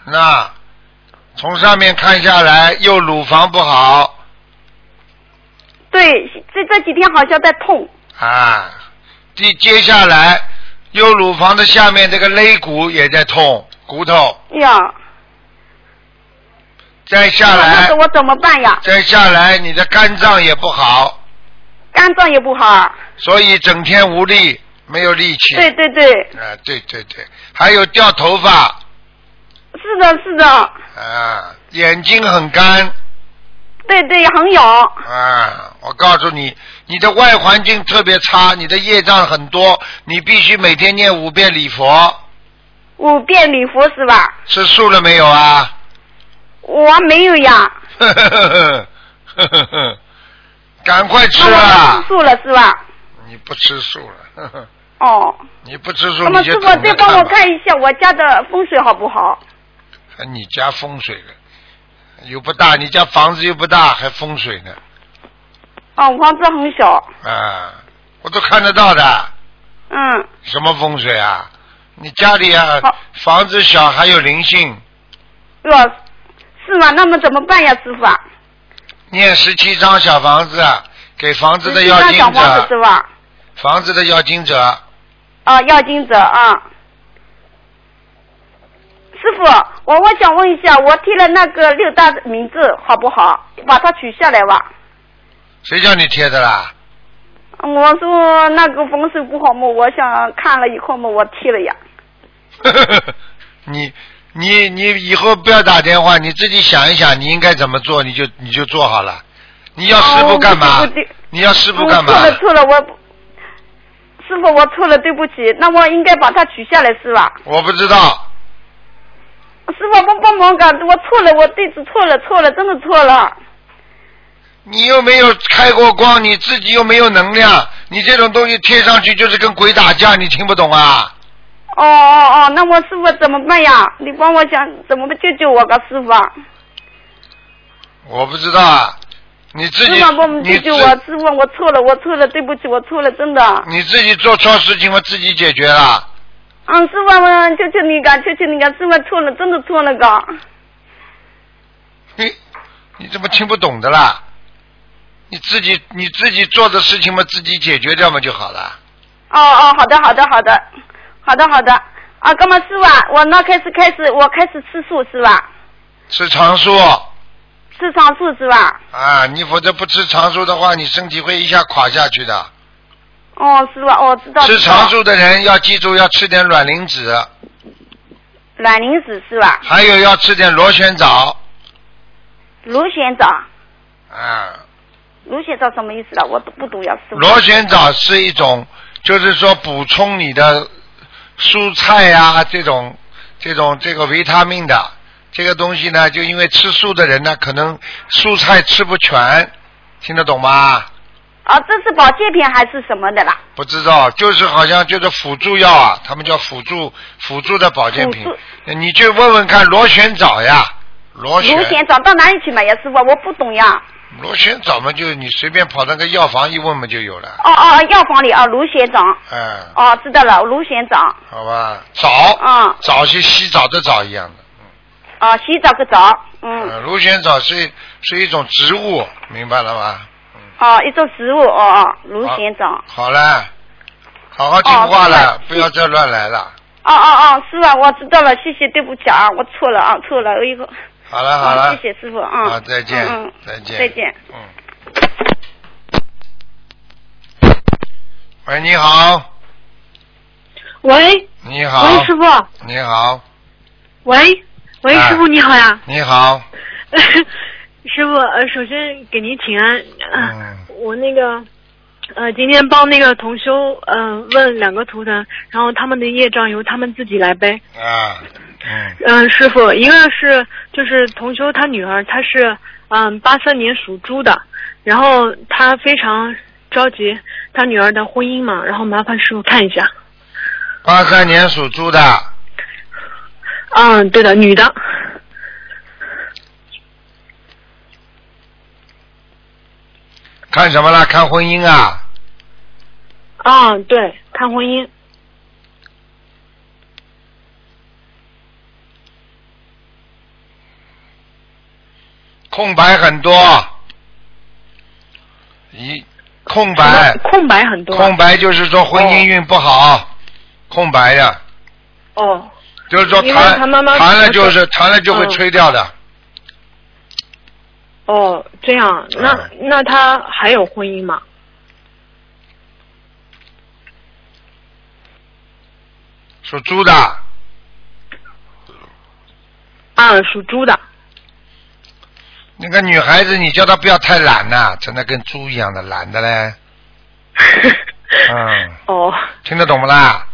那，从上面看下来，右乳房不好
对，这这几天好像在痛。
啊，第接下来右乳房的下面这个肋骨也在痛，骨头，
哎呀，
再下
那
来
这，我怎么办呀？
再下来你的肝脏也不好，
肝脏也不好。
所以整天无力，没有力气。
对对对，
啊，对对对，还有掉头发
是的，是的，
啊，眼睛很干
对对，很痒。
啊。我告诉你，你的外环境特别差，你的业障很多，你必须每天念五遍礼佛。
五遍礼佛是吧？
吃素了没有啊？ [laughs]
我没有呀，
呵呵呵呵呵呵，赶快吃
那我就
啊
吃！素了是吧？
你不吃素了， [laughs] 呵呵
哦，
你不吃素
那么
你
师
就
傅
等
再
着
帮我
吧。
看一下我家的风水好不好？
还你家风水了，又不大，你家房子又不大，还风水呢
哦，我房子很小，
啊！我都看得到的，
嗯，
什么风水啊？你家里啊
好，
房子小还有灵性，
是吧？是吗？那么怎么办呀，师傅啊？
念十七张小房子给房子的啊
你
要
那
经
小房子
者，
是吧？
房子的要经者，
啊，要经者啊。师傅，我我想问一下，我贴了那个六大名字好不好？把它取下来吧。
谁叫你贴的啦？
我说那个风水不好嘛，我想看了以后嘛，我贴了呀。
你你你以后不要打电话，你自己想一想，你应该怎么做，你就你就做好了。你要师傅干
哦
嘛？
我对
你要师傅
我
干
哦
嘛？
错了错了，我不师傅我错了，对不起。那我应该把它取下来是吧？
我不知道，
师傅帮帮忙干，啊我错了，我对此错了错了，真的错了。
你又没有开过光，你自己又没有能量，你这种东西贴上去就是跟鬼打架，你听不懂啊？
哦哦哦，那我师傅怎么办呀？你帮我想怎么救救我个师傅啊？
我不知道啊，你自己
师傅帮我
你
救救
自
我，师傅我错了，我错了，对不起，我错了，真的。
你自己做错事情，我自己解决了。
嗯，师傅，我求求你个，求求你个，师傅错了，真的错了个。哦
嘿，你怎么听不懂的啦？你自己你自己做的事情嘛，自己解决掉嘛就好了。
哦哦，好的好的好的，好的好的。啊，那么师傅啊，我那开始开始，我开始吃素是吧？
吃长素
吃长素是吧？
啊，你否则不吃长素的话，你身体会一下垮下去的。
哦，师傅，哦，知道。
吃
知道
长素的人要记住要吃点卵磷脂，
卵磷脂是吧？
还有要吃点螺旋藻
螺旋藻，
啊。
螺旋藻什么意思啊了？我都不懂呀，师傅。
螺旋藻是一种，就是说补充你的蔬菜呀、这种这种这个维他命的这个东西呢，就因为吃素的人呢，可能蔬菜吃不全，听得懂吗？
啊，这是保健品还是什么的啦？
不知道，就是好像就是辅助药啊，他们叫辅助辅助的保健品
辅，
你去问问看螺旋藻呀，螺旋
螺旋藻到哪里去买呀，师傅？我不懂呀。
螺旋藻嘛，就你随便跑那个药房一问嘛就有了，
哦哦，药房里啊，螺旋藻。
嗯，
哦，知道了，螺旋藻。
好吧，藻，
嗯
藻是洗澡的澡一样的。
啊，洗澡个澡。嗯。
呃，螺旋藻是是一种植物，明白了吗？
哦，一种植物。哦哦，螺旋藻。
好了，好好听话了，
哦
不要再乱来了。
哦哦哦，师傅，我知道了，谢谢，对不起啊，我错了啊，错了，我以后。
好了好了，
嗯谢谢师傅嗯
好，再见，
嗯嗯
再见，
再见。
嗯。喂，你好，
喂，
你好，
喂，师傅，
你好，
喂，喂，
哎
师傅你好呀，
你好，
[laughs] 师傅，呃，首先给您请安。
嗯
我那个，呃，今天帮那个同修，嗯、问两个图腾，然后他们的业障由他们自己来背。
啊，嗯
嗯、师傅，一个是就是同修他女儿，她是嗯八三年属猪的，然后她非常着急她女儿的婚姻嘛，然后麻烦师傅看一下。
八三年属猪的，
嗯，对的，女的。
看什么了？看婚姻啊。
啊，对，看婚姻。
空白很多，一空白，
空白很多啊。
空白就是说婚姻运不好，
哦
空白的，
哦，
就是说
因为
谈
他妈妈
谈了就
什么
是
时候
谈了就会
嗯
吹掉的，
哦，这样，那、
嗯
那他还有婚姻吗？
属猪的，
啊，属猪的。
那个女孩子你叫她不要太懒呐、真的跟猪一样的懒
[laughs]
的嘞，嗯，
哦，
听得懂不啦？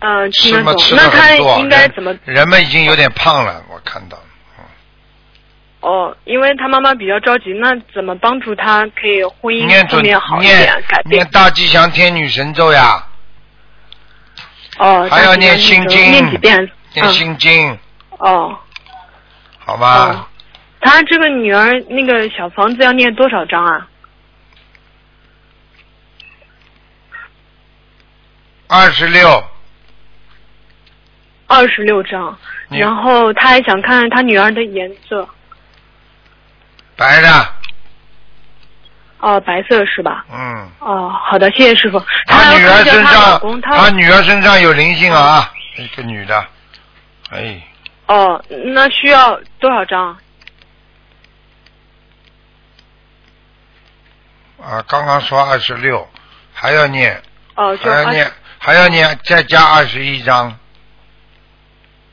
嗯、听
吃
得
嘛
懂
吃。的
那他
很多，
应该怎么？
人人们已经有点胖了，我看到，
哦，因为他妈妈比较着急，那怎么帮助他可以婚姻
念
方
准
面嗯好一点
念，
改变
念？大吉祥天女神咒呀，
哦，
还
那
要
几
念
遍那
心
个
经
念几遍？嗯
念心经，
哦，
好吗？
哦他这个女儿那个小房子要念多少章啊？
二十六，
二十六章。
你
然后他还想看看他女儿的颜色，
白的，
哦，白色是吧？
嗯，
哦，好的，谢谢师傅。
他女儿身
她老
上
公，
他
她
女儿身上有灵性啊，一个女的，哎，
哦，那需要多少张？
啊，刚刚说二十六，还要念，
哦，就
还要
二
念，还要念，再加二十一章，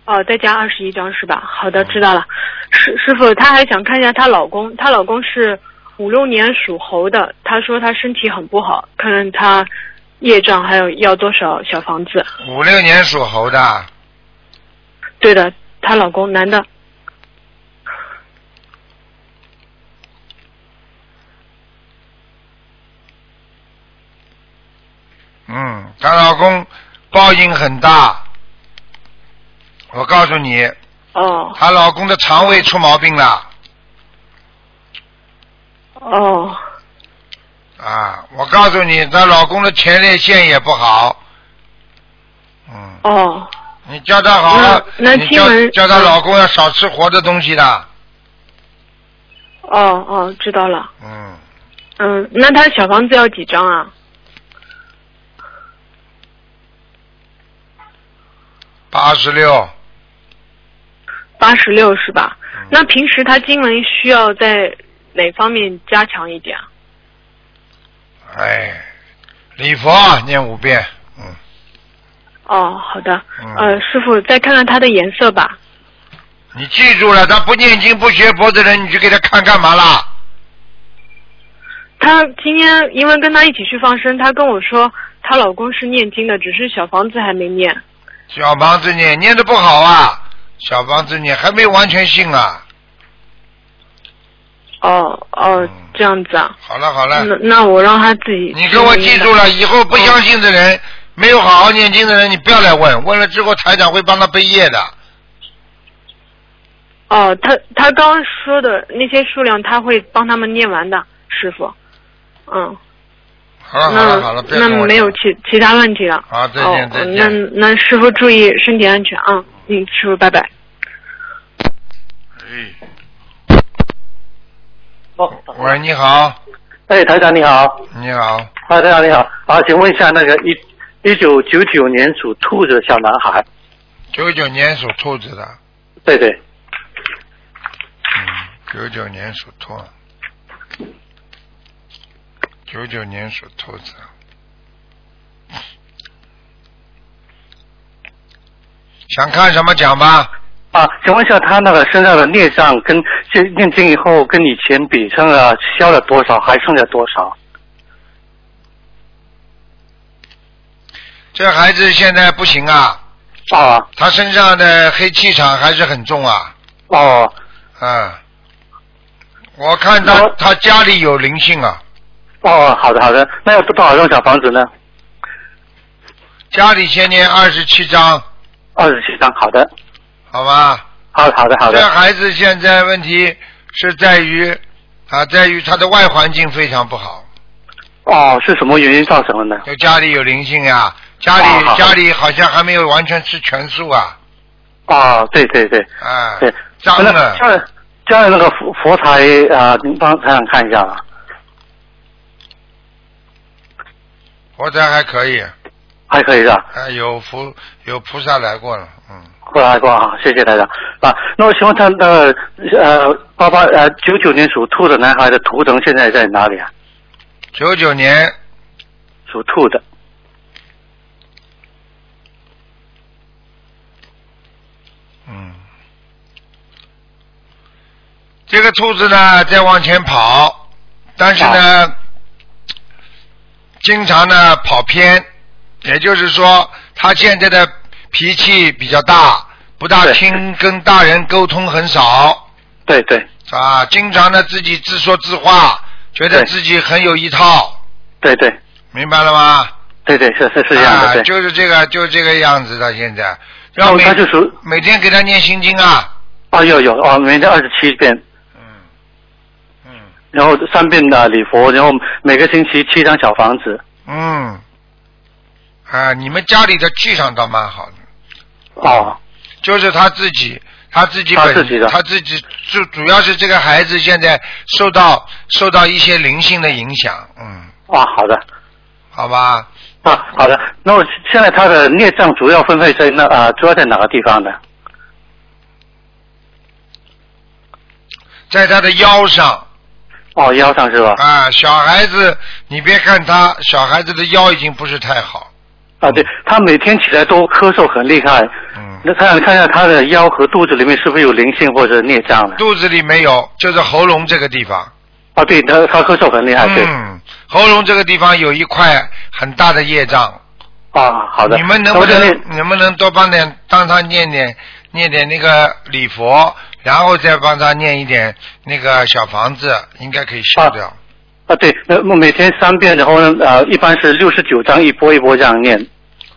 哦，再加二十一张是吧？好
嗯
的，知道了。师师傅，她还想看一下她老公，她老公是五六年属猴的，她说她身体很不好，看看她业障还有要多少小房子。
五六年属猴的，
对的，她老公男的，
嗯，她老公报应很大，我告诉你，
哦
她老公的肠胃出毛病了
哦
啊，我告诉你，她老公的前列腺也不好，嗯。
哦
你叫她好好，
嗯那那
你
亲
叫
们
叫她老公要少吃活的东西的。
哦哦，知道了。
嗯，
嗯，那她小房子要几张啊？
八十六，
八十六是吧？
嗯
那平时她经文需要在哪方面加强一点啊？
哎，礼佛啊念五遍，嗯，
哦，好的，
嗯
呃，师傅再看看它的颜色吧。
你记住了，他不念经不学佛的人，你去给他看干嘛啦？
她今天因为跟她一起去放生，她跟我说她老公是念经的，只是小房子还没念。
小房子念念的不好啊，小房子念还没完全信啊。
哦哦，这样子啊。
好嗯了好了，
那那嗯我让她自己。
你给我记住了，以后不相信的人，没有好好念经的人，你不要来问，问了之后台长会帮他背业的。
哦，她她刚刚说的那些数量，她会帮他们念完的，师傅。嗯，
好了好了好了，不
那
要跟
那
我
没有
讲
其其他问题了。
好，再见
哦
再
那
见。
那师傅注意身体安全啊！嗯，师傅拜拜。
哎。
哦，
喂，你好，
哎，台长你好，
你好，
啊，台长你好，啊，请问一下那个一一九九九年属兔子的小男孩，
九九年属兔子的，
对对，
九九年属兔，九九年属兔子，想看什么讲吧？
啊，请问一下他那个身上的孽障跟这念经以后跟以前比，剩了消了多少，还剩下多少？
这孩子现在不行啊。
啊。
他身上的黑气场还是很重啊。
哦。
嗯。我看他他家里有灵性啊，
哦，好的好的，那要多少张小房子呢？
家里先念二十七章，
二十七张，好的，
好吧？
好好的好的
这，孩子现在问题是在于啊，在于他的外环境非常不好，
哦，是什么原因造成的呢？
就家里有灵性呀、家里、
哦好
家里好像还没有完全吃全素啊，
哦，对对对，
啊，
对，
脏
那
了
家里家里那个佛佛台啊，呃您帮台长看一下吧，
佛台还可以，
还可以是吧？
啊，有菩有菩萨来过了，嗯，
过来过来啊，谢谢台长啊。那我请问他那个呃八八呃九九年属兔的男孩的图腾现在在哪里啊？
九九年
属兔的，
嗯，这个兔子呢在往前跑，但是呢，经常呢跑偏，也就是说，它现在的脾气比较大，不大
对
听，跟大人沟通很少
对对
啊，经常呢自己自说自话，觉得
对
自己很有一套，
对对
明白了吗？
对对，是是是这样的，
啊，
对。
就是这个，就是这个样子的现在。
然
要
后
每
他就属
每天给他念心经啊，
啊有有哦，每天二十七遍，
嗯嗯。
然后三遍的礼佛，然后每个星期七张小房子。
嗯，啊，你们家里的气场倒蛮好的，
哦
就是他自己，他自己
他
本
自己的
他自己就主要是这个孩子现在受到受到一些灵性的影响，嗯，
啊，好的
好吧，
啊，好的。那我现在他的孽障主要分配在那啊、主要在哪个地方呢？
在他的腰上
哦，腰上是吧？
啊，小孩子，你别看他小孩子的腰已经不是太好，
啊，对，他每天起来都咳嗽很厉害。
嗯，
那看看一下他的腰和肚子里面是不是有灵性或者孽障呢？
肚子里没有，就是喉咙这个地方，
啊，对，他他咳嗽很厉害，对。
嗯，喉咙这个地方有一块很大的业障，
啊，好的。
你们
那
能不
我这里
能能不能多帮点帮他念点念点那个礼佛，然后再帮他念一点那个小房子，应该可以消掉。
啊，对，那我每天三遍，然后呢，呃，一般是六十九章一波一波这样念，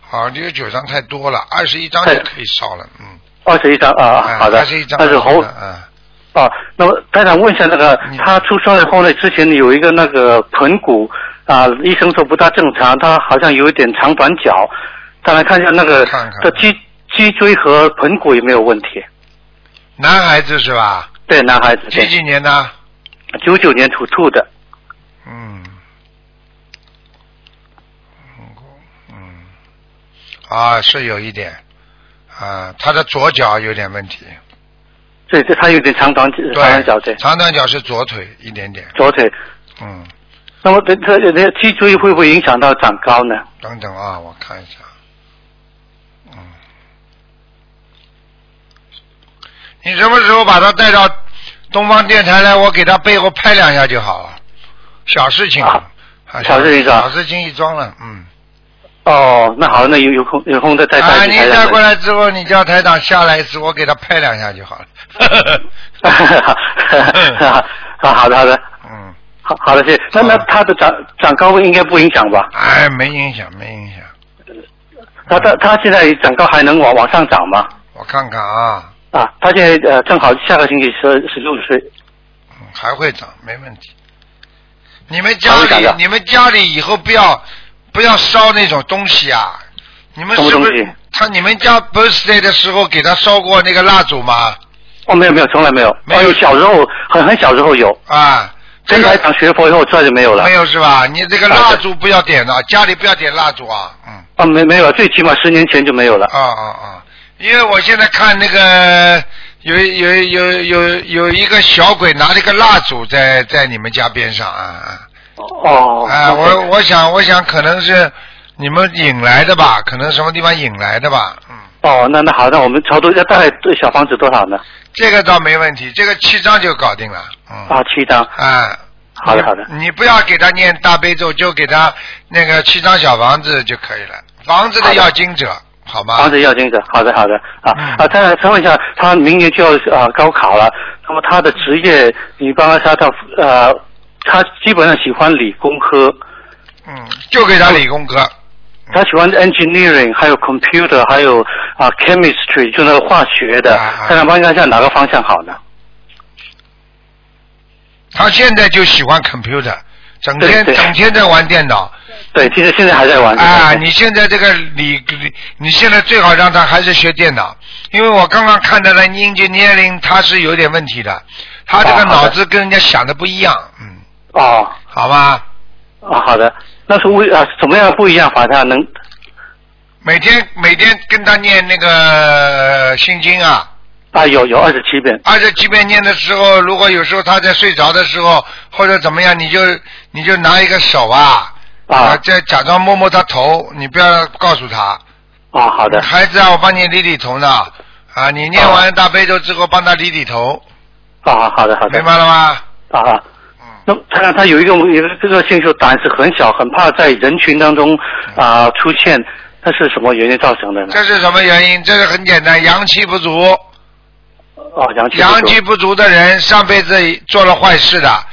好，啊这个九张太多了，二十一张就可以烧了。嗯，
二十一章啊，好的
二十一，张。
但是喉
嗯，
啊，那么台长问一下，那个
你
他出生以后呢，之前有一个那个盆骨啊，医生说不大正常，他好像有一点长短脚，再来看一下那个
看看
的脊脊椎和盆骨有没有问题？
男孩子是吧？
对，男孩子，
几几年的？
九九年属兔的，
嗯，嗯，啊，是有一点，啊，他的左脚有点问题，
对对，他有点长短长短脚，对，
长短脚是左腿一点点，
左腿。
嗯。
那么这这这脊椎会不会影响到长高呢？
等等啊，我看一下。嗯，你什么时候把他带到东方电台来？我给他背后拍两下就好了。小事情
啊
啊
小事情是吧
小事情一桩了。嗯，
哦，那好，那有有空有空再再
啊，
带
你
台
带
长
过。来之后，你叫台长下来一次，我给他拍两下就好了。
[laughs] 哈哈哈好的好的
嗯，
好好的，谢谢。那那
好
他的长长高应该不影响吧？
哎，没影响，没影响。
他他他现在长高还能往往上涨吗？
我看看啊，
啊，他现在呃正好下个星期十十六岁，
嗯还会长，没问题。你们家
还会长
里
的，
你们家里以后不要不要烧那种东西啊！你们
什么
是不
东西
是他你们家 birthday 的时候给他烧过那个蜡烛吗？
哦没有没有从来没有，
没有
哦有小时候很很小时候有，
啊，这
跟
个
台长学佛以后这就没有了
没。有是吧？你这个
啊
蜡
对
烛不要点了，家里不要点蜡烛啊，嗯，
啊没没有，最起码十年前就没有了。
啊啊啊！因为我现在看那个有有有有有一个小鬼拿了一个蜡烛在在你们家边上啊啊！
哦，
哎，
OK
我我想我想可能是你们引来的吧，可能什么地方引来的吧，嗯，
哦，那那好，那我们超度要大概对小房子多少呢？
这个倒没问题，这个七张就搞定了。嗯，
啊，七张。
啊，
好的好的。
你不要给他念大悲咒，就给他那个七张小房子就可以了。房子的要经者，好嗯吗？
房子要经者，好的好的啊啊！再再问一下，他明年就要啊、高考了，那么他的职业，你帮他他他呃，他基本上喜欢理工科，
嗯，就给他理工科。嗯
他喜欢 engineering，还有 computer，还有啊 chemistry，就那个化学的，
啊
看看帮看一下哪个方向好呢？
他现在就喜欢 computer，整天
对对
整天在玩电脑。
对，其实现在还在玩。
啊，你现在这个理理，你现在最好让他还是学电脑，因为我刚刚看到的 engineering 他是有点问题的，他这个
哦好的
脑子跟人家想的不一样，嗯，
哦，
好吧，
啊，好的，那是为啊怎么样不一样法他能
每天每天跟他念那个心经啊，
啊有有二十七遍
而且即便念的时候，如果有时候他在睡着的时候或者怎么样，你就你就拿一个手啊啊，再假装摸摸他头，你不要告诉他。
啊好的
孩子啊，我帮你理理头呢啊，你念完大悲咒之后帮他理理头，
啊好的好的
明白了吗？
啊。那看看他有一个有一个这个兴趣，胆子很小，很怕在人群当中
嗯
啊、出现，那是什么原因造成的呢？
这是什么原因？这是很简单，阳气不足。
哦，阳气不足
阳气不足的人，上辈子做了坏事的，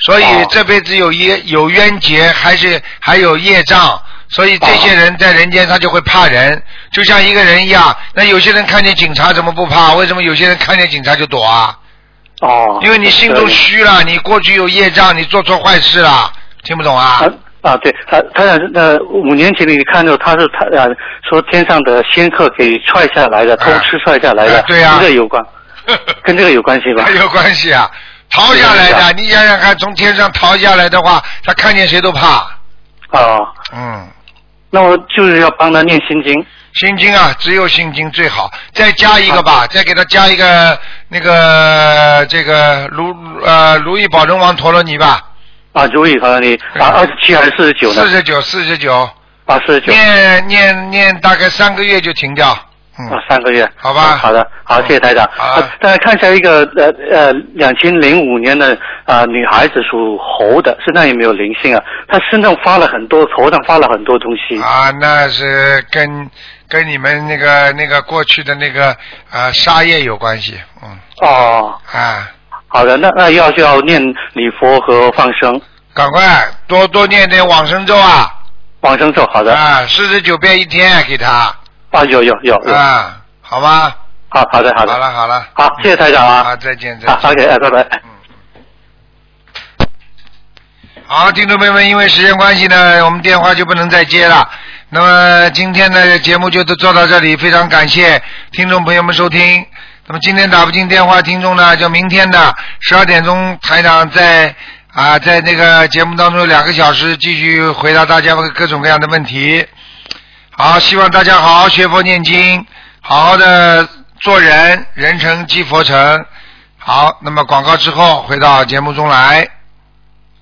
所以
哦
这辈子有业有冤结，还是还有业障，所以这些人在人间他就会怕人，就像一个人一样。那有些人看见警察怎么不怕？为什么有些人看见警察就躲啊？
哦，
因为你心都虚了，你过去有业障，你做错坏事了，听不懂啊？
啊，对，他他想呃五年前你看到他是他呃说天上的仙客给踹下来的，偷吃踹下来的，
啊对啊
跟这个有关，跟这个有关系吧
[laughs] 还？有关系啊？逃下来的，你想想看，从天上逃下来的话，他看见谁都怕。
哦，
嗯，
那我就是要帮他念心经，
心经啊，只有心经最好，再加一个吧，再给他加一个那个这个如呃如意宝轮王陀罗尼吧，
啊，如意和你啊二十七还是四十九呢？
哎四十九四十九，
啊，四十九
念念念大概三个月就停掉。
啊，三个月，
好吧
嗯好的，好，谢谢台长。啊，再来看一下一个呃呃两千零五年的啊、呃女孩子属猴的，身上有没有灵性啊？她身上发了很多，头上发了很多东西。
啊，那是跟跟你们那个那个过去的那个呃沙业有关系，嗯
哦，
啊，
好的，那那要就要念礼佛和放生
赶快多多念点往生咒啊
往生咒。好的，
啊，四十九遍一天给他
啊，有有有，有
啊，好吗？
好啊好的好的，
好了好了，
好，谢谢台长啊，
啊，再见再见。
好，OK，哎拜拜。
好，听众朋友们，因为时间关系呢，我们电话就不能再接了。那么今天的节目就做到这里，非常感谢听众朋友们收听。那么今天打不进电话，听众呢，就明天的十二点钟，台长在啊，在那个节目当中有两个小时继续回答大家各种各样的问题。好，希望大家好好学佛念经，好好的做人，人成即佛成。好，那么广告之后回到节目中来。